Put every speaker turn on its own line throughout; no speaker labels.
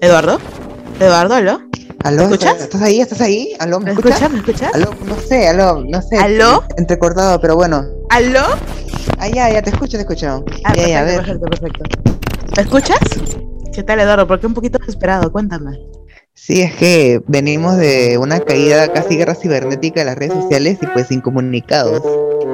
¿Eduardo? ¿Eduardo, aló?
¿Aló?
¿Me escuchas?
¿Estás ahí? ¿Estás ahí? ¿Aló? ¿Me
¿Me
escuchas?
escuchas? ¿Me escuchas?
¿Aló? No sé, aló, no sé.
¿Aló?
Entrecortado, pero bueno.
¿Aló?
Ah, ya, ya, te escucho, te escucho.
Ah,
ya, ya, a ver.
perfecto, perfecto, perfecto. ¿Me escuchas? ¿Qué tal, Eduardo? ¿Por qué un poquito desesperado? Cuéntame.
Sí, es que venimos de una caída casi guerra cibernética de las redes sociales y pues incomunicados.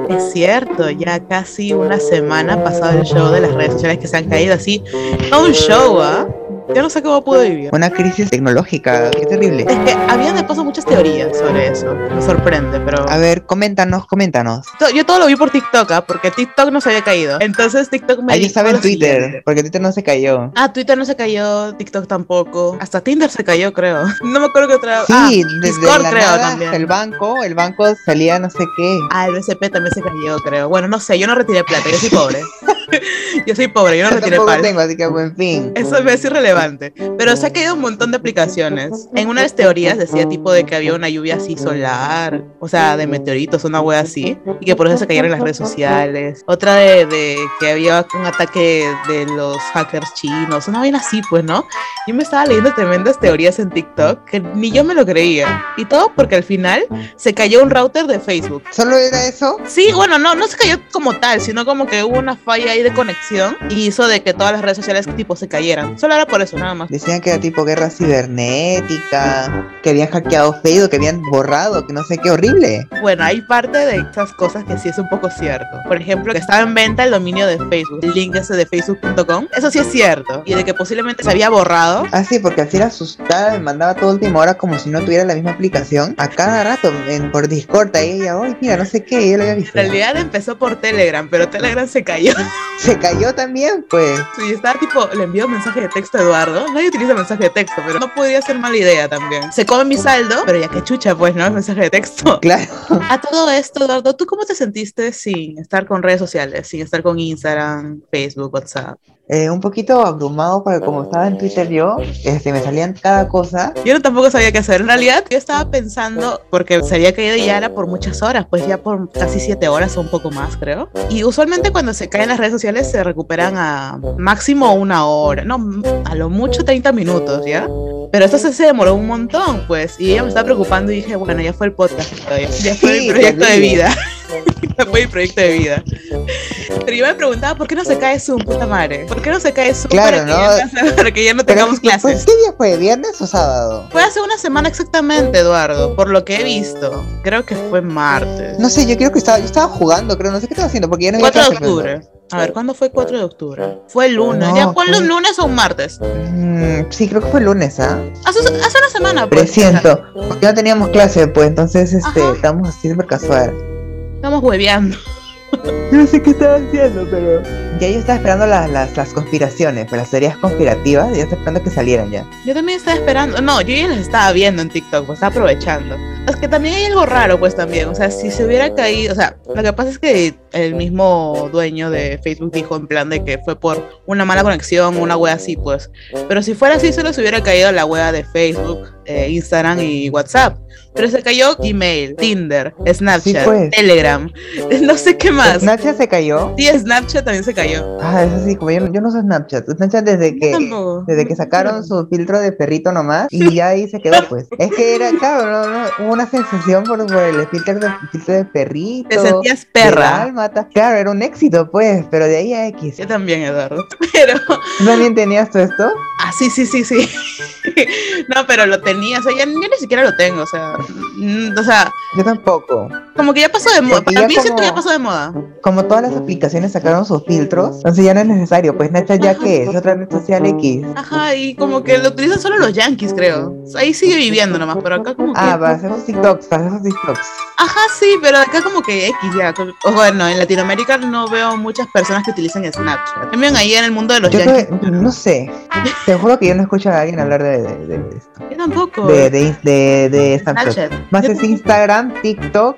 Es cierto, ya casi una semana ha pasado el show de las redes sociales que se han caído así. Todo un show, ¿ah? Yo no sé cómo pude vivir.
Una crisis tecnológica, qué terrible.
Es que habían de paso muchas teorías sobre eso. Me sorprende, pero.
A ver, coméntanos, coméntanos.
To- Yo todo lo vi por TikTok, ¿ah? porque TikTok no se había caído. Entonces TikTok me.
Ahí
dijo
estaba en
lo siguiente.
Twitter, porque Twitter no se cayó.
Ah, Twitter no se cayó, TikTok tampoco. Hasta Tinder se cayó, creo. No me acuerdo qué otra. ah,
Sí, desde
Discord
la
creo
nada
también.
hasta el banco, el banco salía no sé qué.
Ah, el BCP también se cayó, creo. Bueno, no sé, yo no retiré plata, yo soy pobre. yo soy pobre, yo no
Yo
retiré
tampoco
plata.
tengo, así que pues, en fin.
Eso me es irrelevante. Pero se ha caído un montón de aplicaciones. En una de las teorías decía tipo de que había una lluvia así solar, o sea, de meteoritos, una wea así, y que por eso se cayeron las redes sociales. Otra de, de que había un ataque de los hackers chinos, una vaina así, pues, ¿no? Yo me estaba leyendo tremendas teorías en TikTok que ni yo me lo creía. Y todo porque al final se cayó un router de Facebook.
¿Solo era eso?
Sí, bueno, no, no se cayó como tal, sino como que hubo una falla ahí de conexión y hizo de que todas las redes sociales tipo se cayeran. Solo era por eso, nada más.
Decían que era tipo guerra cibernética, que habían hackeado Facebook, que habían borrado, que no sé qué horrible.
Bueno, hay parte de estas cosas que sí es un poco cierto. Por ejemplo, que estaba en venta el dominio de Facebook, el link ese de facebook.com. Eso sí es cierto. Y de que posiblemente se había borrado.
Ah, sí, porque así era asustada, me mandaba todo última hora como si no tuviera la misma aplicación. A cada rato, en, por Discord, ahí ella, oye, mira, no sé qué, yo lo había
En
visto.
realidad empezó por Telegram, pero Telegram se cayó.
Se cayó también, pues.
Y estaba tipo, le envío mensaje de texto a Eduardo. Nadie utiliza mensaje de texto, pero no podría ser mala idea también. Se come mi saldo, pero ya que chucha, pues, ¿no? El mensaje de texto.
Claro.
A todo esto, Eduardo, ¿tú cómo te sentiste sin estar con redes sociales, sin estar con Instagram, Facebook, WhatsApp?
Eh, un poquito abrumado porque como estaba en Twitter yo, este, me salían cada cosa.
Yo no tampoco sabía qué hacer. En realidad, yo estaba pensando, porque se había caído ya era por muchas horas, pues ya por casi siete horas o un poco más, creo. Y usualmente cuando se caen las redes sociales se recuperan a máximo una hora, no, a lo mucho 30 minutos, ¿ya? Pero esto se, se demoró un montón, pues, y ella me estaba preocupando y dije, bueno, ya fue el podcast, ya fue
Sí,
el proyecto de
terrible.
vida. ya fue el proyecto de vida. Pero yo me preguntaba, ¿por qué no se cae Zoom, puta madre? ¿Por qué no se cae Zoom
Claro,
para, que
¿no?
ya no, para que ya no
Pero,
tengamos
pues,
clases?
¿Qué día fue? ¿Viernes o sábado?
Fue hace una semana exactamente, Eduardo, por lo que he visto. Creo que fue martes.
No sé, yo creo que estaba, yo estaba jugando, creo, no sé qué estaba haciendo, porque ya no había
4 de
clases, pues.
octubre. A ver, ¿cuándo fue 4 de octubre? Fue el lunes.
No,
¿Ya fue
fue-
el lunes o un martes?
Mm, sí, creo que fue el lunes, ¿ah?
Hace, hace una semana, pues.
Presiento. Porque no teníamos clase, pues entonces este,
Ajá.
estamos así súper casual.
Estamos hueveando.
Yo no sé qué estaba haciendo, pero. Ya yo estaba esperando las, las, las conspiraciones, pues, las teorías conspirativas, ya estaba esperando que salieran ya.
Yo también estaba esperando. No, yo ya las estaba viendo en TikTok, pues estaba aprovechando. Es que también hay algo raro, pues también. O sea, si se hubiera caído. O sea, lo que pasa es que el mismo dueño de Facebook dijo en plan de que fue por una mala conexión, una wea así, pues. Pero si fuera así, solo se hubiera caído la wea de Facebook, eh, Instagram y WhatsApp. Pero se cayó Gmail, Tinder, Snapchat,
Sí, pues.
Telegram. No sé qué más.
Snapchat se cayó.
Sí, Snapchat también se cayó.
Ah, eso sí, como yo, no- yo no uso Snapchat. Snapchat desde
Yo
que.
tampoco.
Eh, Desde que sacaron su filtro de perrito nomás y ya ahí se quedó pues. Es que era, claro, no, no, hubo una sensación por, por el filtro de, filtro de perrito.
Te sentías
de
perra.
dálmata. Claro, era un éxito pues, pero de ahí a X.
Yo también, Eduardo. Pero.
¿Tú también tenías tú esto?
Ah, sí, sí, sí, sí. no, pero lo tenía, o sea, ya, yo ni siquiera lo tengo, o sea, mm, o sea,
Yo tampoco.
como que ya pasó de moda.
Porque
Para
ya
mí siento que ya
como-
pasó de moda.
Como todas las aplicaciones sacaron sus filtros, entonces ya no es necesario. Pues Snapchat ya
Ajá.
que es otra red social X.
Ajá, y como que lo utilizan solo los yankees, creo. O sea, ahí sigue viviendo nomás, pero acá como que.
Ah, para hacer sus TikToks, para hacer sus TikToks.
Ajá, sí, pero acá como que X ya. co- o Bueno, en Latinoamérica no veo muchas personas que utilizan Snapchat. También ahí en el mundo de los
Yo
yankees.
creo- no sé, te juro que yo no escucho a alguien hablar de, de, de, de esto.
Yo tampoco.
De, de, de, de Snapchat.
Snapchat.
Más
Yo-
es Instagram, TikTok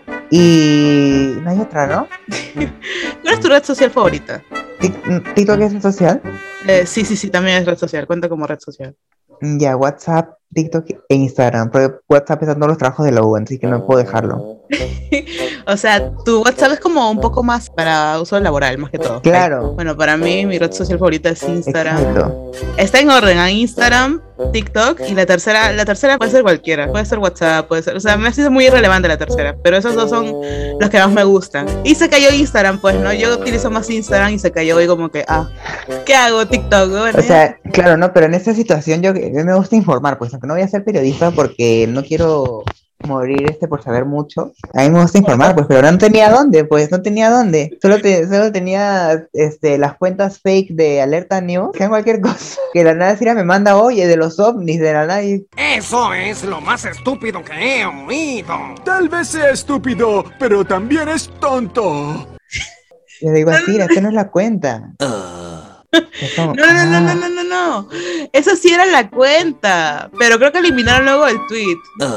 y... No hay otra, ¿no?
¿Cuál es tu red social favorita?
Tik- TikTok es red social.
Eh, sí, sí, sí, también es red social, cuenta como red social. Oh.
Ya, WhatsApp, TikTok e Instagram. Pero WhatsApp es dando los trabajos de la U, así que no puedo dejarlo.
o sea, tu WhatsApp es como un poco más para uso laboral, más que todo.
Claro.
Bueno, para mí mi red social favorita es Instagram.
Exacto.
Está en orden, a Instagram, TikTok y la tercera, la tercera puede ser cualquiera, puede ser WhatsApp, puede ser, o sea, me ha sido muy irrelevante la tercera, pero esos dos son los que más me gustan. Y se cayó Instagram, pues, ¿no? Yo utilizo más Instagram y se cayó y como que, ah, ¿qué hago TikTok? Bueno,
O sea, claro, no, pero en esa situación yo, yo me gusta informar, pues aunque no voy a ser periodista porque no quiero morir este por saber mucho. A mí me gusta informar, pues, pero no tenía dónde, pues, no tenía dónde. Solo, te- solo tenía este, las cuentas fake de Alerta News, que eran cualquier cosa. Que de la nada Sira me manda, oye, de los ovnis, de la nada, y
Eso es lo más estúpido que he oído.
Tal vez sea estúpido, pero también es tonto.
yo digo, Sira, esta no es la cuenta. Es como,
Ah. No, no, no,
ah.
no, no, no, no. Esa sí era la cuenta. Pero creo que eliminaron luego el tweet.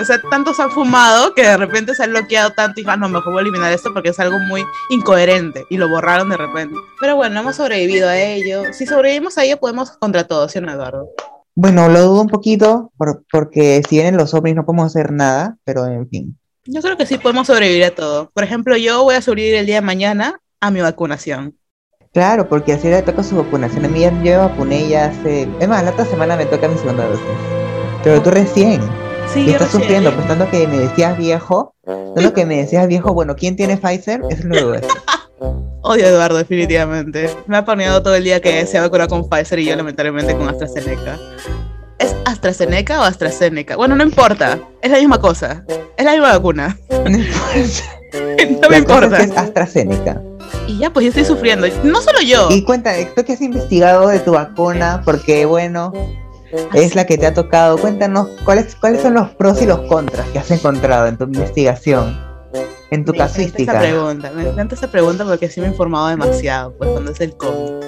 O sea, tantos han fumado que de repente se han bloqueado tanto y dijo, "Ah, no, mejor voy a eliminar esto porque es algo muy incoherente. Y lo borraron de repente. Pero bueno, hemos sobrevivido a ello. Si sobrevivimos a ello, podemos contra todo, ¿sí o no, Eduardo?
Bueno, lo dudo un poquito, por- porque si vienen los ovnis no podemos hacer nada, pero en fin.
Yo creo que sí podemos sobrevivir a todo. Por ejemplo, yo voy a sobrevivir el día de mañana a mi vacunación.
Claro, porque así le toca su vacunación. A mí ya yo me vacuné ya hace. Es más, la otra semana me toca mi segunda dosis. Pero tú recién.
Sí,
y
yo
estás
recién-
sufriendo, pues tanto que me decías viejo. Tanto que me decías viejo, bueno, ¿quién tiene Pfizer? Es nuevo.
Odio a Eduardo, definitivamente. Me ha paneado todo el día que se ha vacunado con Pfizer y yo lamentablemente con AstraZeneca. ¿Es AstraZeneca o AstraZeneca? Bueno, no importa. Es la misma cosa. Es la misma vacuna. No me
La cosa es
importa.
que es AstraZeneca.
Y ya, pues yo estoy sufriendo. No solo yo.
Y cuéntame, ¿tú qué has investigado de tu vacuna? Porque, bueno, es la que te ha tocado. Cuéntanos, ¿cuáles, cuáles son los pros y los contras que has encontrado en tu investigación? En tu
Me encanta
casuística.
Esa pregunta, me encanta esa pregunta porque sí me he informado demasiado, pues, cuando es el COVID.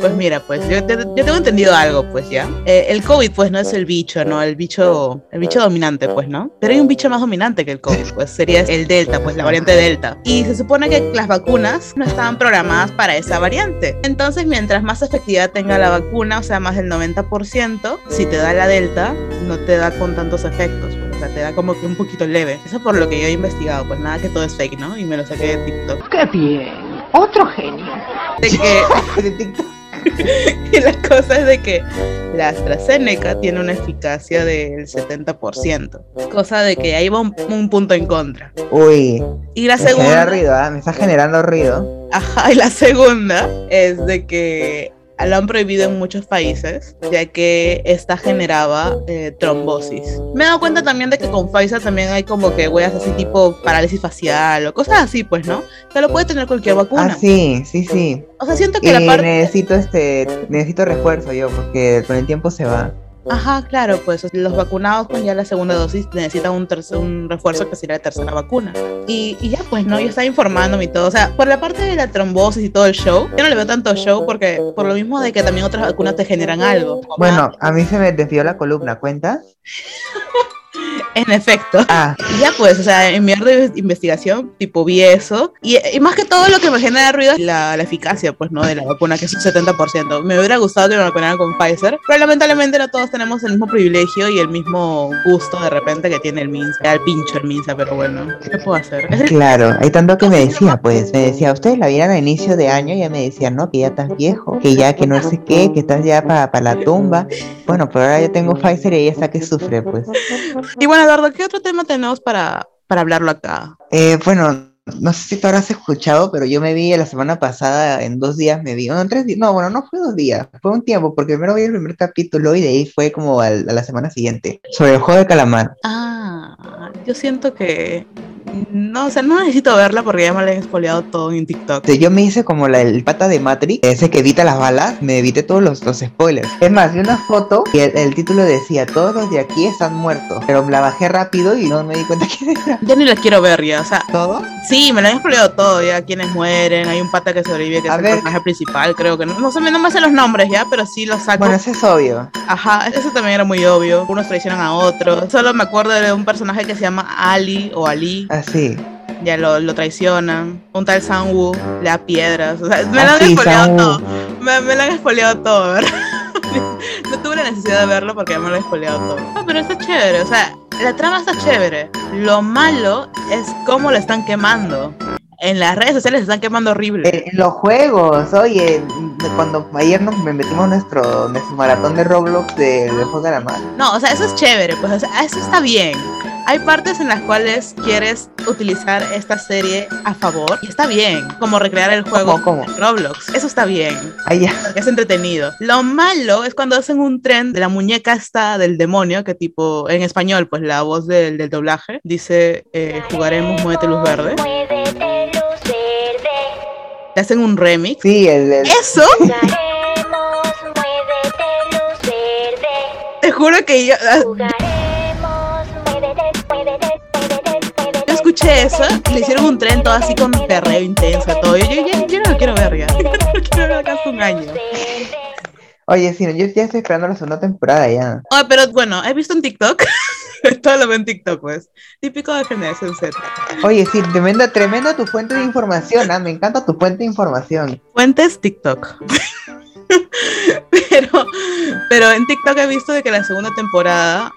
Pues mira, pues yo, te- yo tengo entendido algo, pues ya. Eh, el COVID, pues no es el bicho, ¿no? El bicho, el bicho dominante, pues, ¿no? Pero hay un bicho más dominante que el COVID, pues sería el Delta, pues la variante Delta. Y se supone que las vacunas no estaban programadas para esa variante. Entonces, mientras más efectividad tenga la vacuna, o sea, más del 90%, si te da la Delta, no te da con tantos efectos. pues, O sea, te da como que un poquito leve. Eso por lo que yo he investigado. Pues nada, que todo es fake, ¿no? Y me lo saqué de TikTok.
¡Qué bien! Otro genio.
De que
De TikTok.
Y la cosa es de que la AstraZeneca tiene una eficacia del 70%, cosa de que ahí va un, un punto en contra.
Uy,
Y la
me genera
segunda,
ruido, ¿ah? me está generando ruido.
ajá, y la segunda es de que lo han prohibido en muchos países, ya que esta generaba eh, trombosis. Me he dado cuenta también de que con Pfizer también hay como que weas así tipo parálisis facial o cosas así, pues, ¿no? Que lo puede tener cualquier vacuna.
Ah, sí, sí, sí.
O sea, siento que
Y
la parte...
necesito este, necesito refuerzo yo, porque con el tiempo se va.
Ajá, claro, pues los vacunados con ya la segunda dosis necesitan un, terce- un refuerzo que sería la tercera vacuna. Y, y ya, pues no, yo estaba informándome y todo. O sea, por la parte de la trombosis y todo el show, yo no le veo tanto show porque por lo mismo de que también otras vacunas te generan algo. como
Bueno, a mí se me desvió la columna, ¿cuentas?
En efecto.
Ah,
Y ya pues, o sea, en mi orden de investigación, tipo vi eso. Y, y más que todo lo que me genera ruido es la, la eficacia, pues, ¿no? De la vacuna, que es un 70%. Me hubiera gustado que me vacunaran con Pfizer, pero lamentablemente no todos tenemos el mismo privilegio y el mismo gusto de repente que tiene el Minsa. El pincho el Minsa, pero bueno, ¿qué puedo hacer? Es el-
claro, hay tanto que me decía, pues, me decía, ustedes la vieron a inicio de año y ya me decían, no, que ya estás viejo, que ya que no sé qué, que estás ya para la tumba. Bueno, pero ahora ya tengo Pfizer y ella está que sufre, pues.
Y bueno, Eduardo, ¿qué otro tema tenemos para, para hablarlo acá?
Eh, bueno, no sé si tú habrás escuchado, pero yo me vi la semana pasada, en dos días me vi, no, en tres días, no, bueno, no fue dos días, fue un tiempo, porque primero vi el primer capítulo y de ahí fue como al- a la semana siguiente, sobre el juego de calamar.
Ah, yo siento que... No, o sea, no necesito verla porque ya me la han expoliado todo en TikTok.
Entonces, yo me hice como la, el pata de Matrix, ese que evita las balas, me evité todos los, los spoilers. Es más, vi una foto y el, el título decía, todos los de aquí están muertos, pero la bajé rápido y no me di cuenta que era
Ya ni la quiero ver ya, o sea,
todo.
Sí, me lo han explorado todo, ya quienes mueren, hay un pata que sobrevive que
A
es
ver.
el personaje principal, creo que no, no, sé, no me sé los nombres ya, pero sí los saco.
Bueno, eso es obvio.
Ajá, eso también era muy obvio, unos traicionan a otros. Solo me acuerdo de un personaje que se llama Ali o Ali,
Así.
ya lo, lo traicionan. Un tal Sanwu le da piedras, o sea, me lo han
Así,
expoliado
Samu.
todo, me, me lo han expoliado todo, ¿verdad? No tuve la necesidad de verlo porque ya me lo han expoliado todo. Ah, pero está chévere, o sea, la trama está chévere. Lo malo es cómo lo están quemando. En las redes sociales se están quemando horrible.
Eh, En, en los juegos, oye, cuando ayer nos me metimos nuestro, nuestro maratón de Roblox de Lejos de la Mar.
No, o sea, eso es chévere, pues o sea, eso está bien. Hay partes en las cuales quieres utilizar esta serie a favor y está bien, como recrear el juego
¿Cómo, cómo?
en Roblox. Eso está bien,
Ay, ya.
porque es entretenido. Lo malo es cuando hacen un tren de la muñeca esta del demonio, que tipo, en español, pues la voz del, del doblaje dice, eh, jugaremos Muévete Luz Verde.
Muévete luz verde.
Le hacen un remix.
Sí, el, el-
Eso
Jugaremos, muévete luz verde.
Te juro que yo ah,
Jugaremos, muévete, muévete, muévete, muévete.
yo escuché eso y le hicieron un tren todo así con perreo intenso, todo. Yo, yo, yo- yo no lo quiero ver ya. Yo no lo quiero ver acá hace un año.
Oye, sí, yo ya estoy esperando la segunda temporada ya.
Ah, pero bueno, he visto en TikTok. todo lo veo en TikTok, pues. Típico de Generación Z.
Oye, sí, tremendo, tremendo tu fuente de información, ah, me encanta tu fuente de información.
Fuentes TikTok. pero, pero en TikTok he visto de que la segunda temporada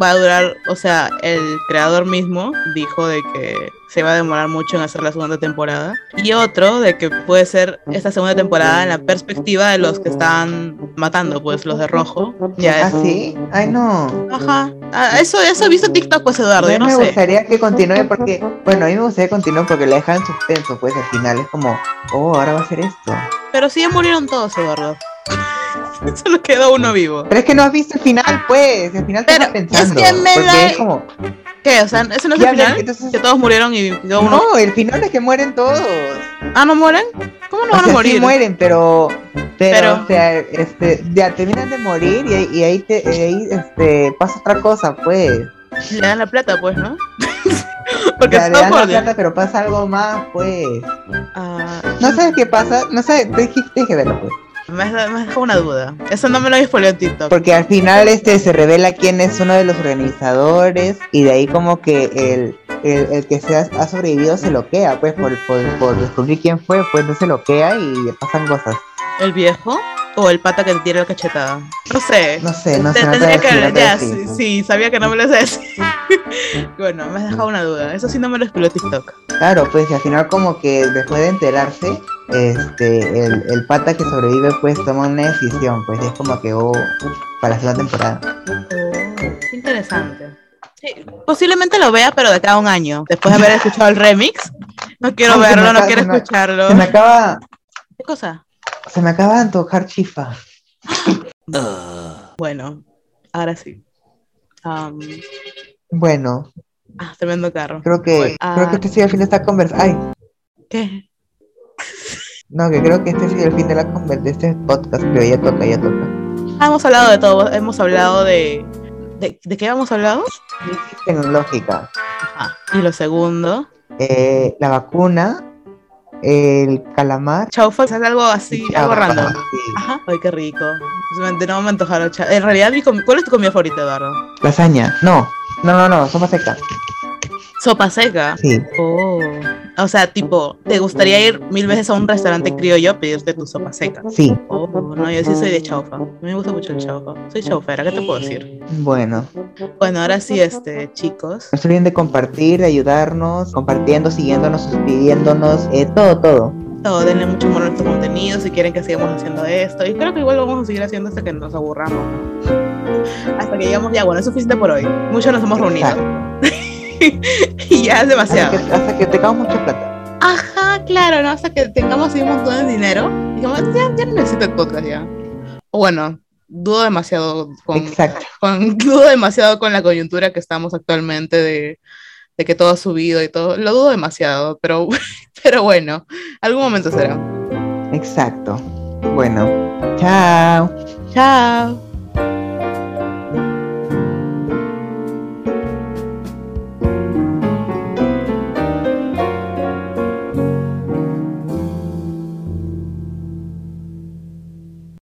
va a durar, o sea, el creador mismo dijo de que se va a demorar mucho en hacer la segunda temporada. Y otro de que puede ser esta segunda temporada en la perspectiva de los que están matando, pues los de rojo. Ya
¿Ah,
es.
sí? Ay, no.
Ajá. Ah, eso, eso he visto en TikTok, pues Eduardo, yo
Yo
no
me
sé.
gustaría que continúe porque, bueno, a mí me gustaría que continúe porque la dejan en suspenso, pues al final es como, oh, ahora va a ser esto.
Pero sí ya murieron todos, Eduardo. Solo quedó uno vivo.
Pero es que no has visto el final, pues, el final te
Pero
estás pensando.
es que me
porque
la-
es como,
¿Qué? O sea, ¿eso no es
ya,
el final?
entonces-
Que todos murieron y quedó uno.
no, el final es que mueren todos.
Ah, ¿no mueren? ¿Cómo no
O
van
sea,
a
sí
morir?
mueren, pero, pero,
Pero-
o sea, este, ya terminan de morir y, ahí- y ahí, te, y ahí este, pasa otra cosa, pues.
Le dan la plata, pues, ¿no? Porque
O sea,
es
le dan
todo
la
por
plata, pero pasa algo más, pues.
Ah,
No sabes qué pasa, no sabes, te dijiste tienes que verlo, pues.
me, has, me has dejado una duda. Eso no me lo habéis spoileado en TikTok.
Porque al final este se revela quién es uno de los organizadores y de ahí como que el, el, el que se ha, ha sobrevivido se loquea, pues, por, por, por descubrir quién fue, pues no se loquea y pasan cosas.
¿El viejo o el pata que te tira la cachetada? No sé.
No sé, no
Te-
sé, no te voy
tendría
a
que
decir, no
hablar.
te voy a
Ya,
decir.
sí, sí, sabía que no me lo sabes. bueno, me has dejado una duda. Eso sí no me lo spoileó TikTok.
Claro, pues y al final como que después de enterarse, este, el, el pata que sobrevive pues toma una decisión, pues es como que oh, para la segunda temporada.
Qué interesante. Sí, posiblemente lo vea, pero de acá a un año. Después de haber escuchado el remix. No quiero
Ay, se me
verlo, no
acaba-
quiero
se me-
escucharlo.
Se me acaba,
¿Qué cosa?
se me acaba de antojar chifa.
Bueno, ahora sí. Am,
Bueno,
ah, tremendo carro.
creo que,
Ah.
creo que este ha sido el fin de esta conversación. Ay,
¿Qué?
no, que creo que este ha sido el fin de la conversación de este podcast, pero ya toca, ya toca.
Ah, hemos hablado de todo. Hemos hablado de. ¿De, de qué habíamos hablado?
Crisis tecnológica,
Ajá. Y lo segundo.
eh, la vacuna, el calamar.
Chau, Fox, haz algo así,
y
algo
chapa,
random.
sí.
Ajá. Ay, qué rico. De nuevo me antojaron. cha- En realidad, mi comi- ¿cuál es tu comida favorita, Eduardo?
Lasaña, no, no, no, no, sopa seca,
Sopa seca.
sí.
Oh. O sea, tipo, ¿te gustaría ir mil veces a un restaurante criollo a pedirte tu sopa seca?
Sí,
Oh, no, yo sí soy de chaufa. A mí me gusta mucho el chaufa. Soy chaufera, ¿qué te puedo decir?
bueno.
Bueno, ahora sí, este, chicos.
No se olviden de compartir, de ayudarnos, compartiendo, siguiéndonos, suscribiéndonos, eh, todo, todo.
Todo, denle mucho amor a nuestro contenido si quieren que sigamos haciendo esto. Y creo que igual lo vamos a seguir haciendo hasta que nos aburramos. Hasta que digamos, ya, bueno, es suficiente por hoy. Muchos nos hemos reunido.
Exacto.
Y ya es
Hasta que,
demasiado.
hasta que tengamos mucha plata.
Ajá, claro, ¿no? Hasta que tengamos así un montón de dinero. Digamos, ya, ya no necesito el podcast ya. O bueno, dudo demasiado con,
Exacto.
con- dudo demasiado con la coyuntura que estamos actualmente de, de que todo ha subido y todo. Lo dudo demasiado, pero, pero bueno, algún momento será.
Exacto. Bueno, chao.
Chao.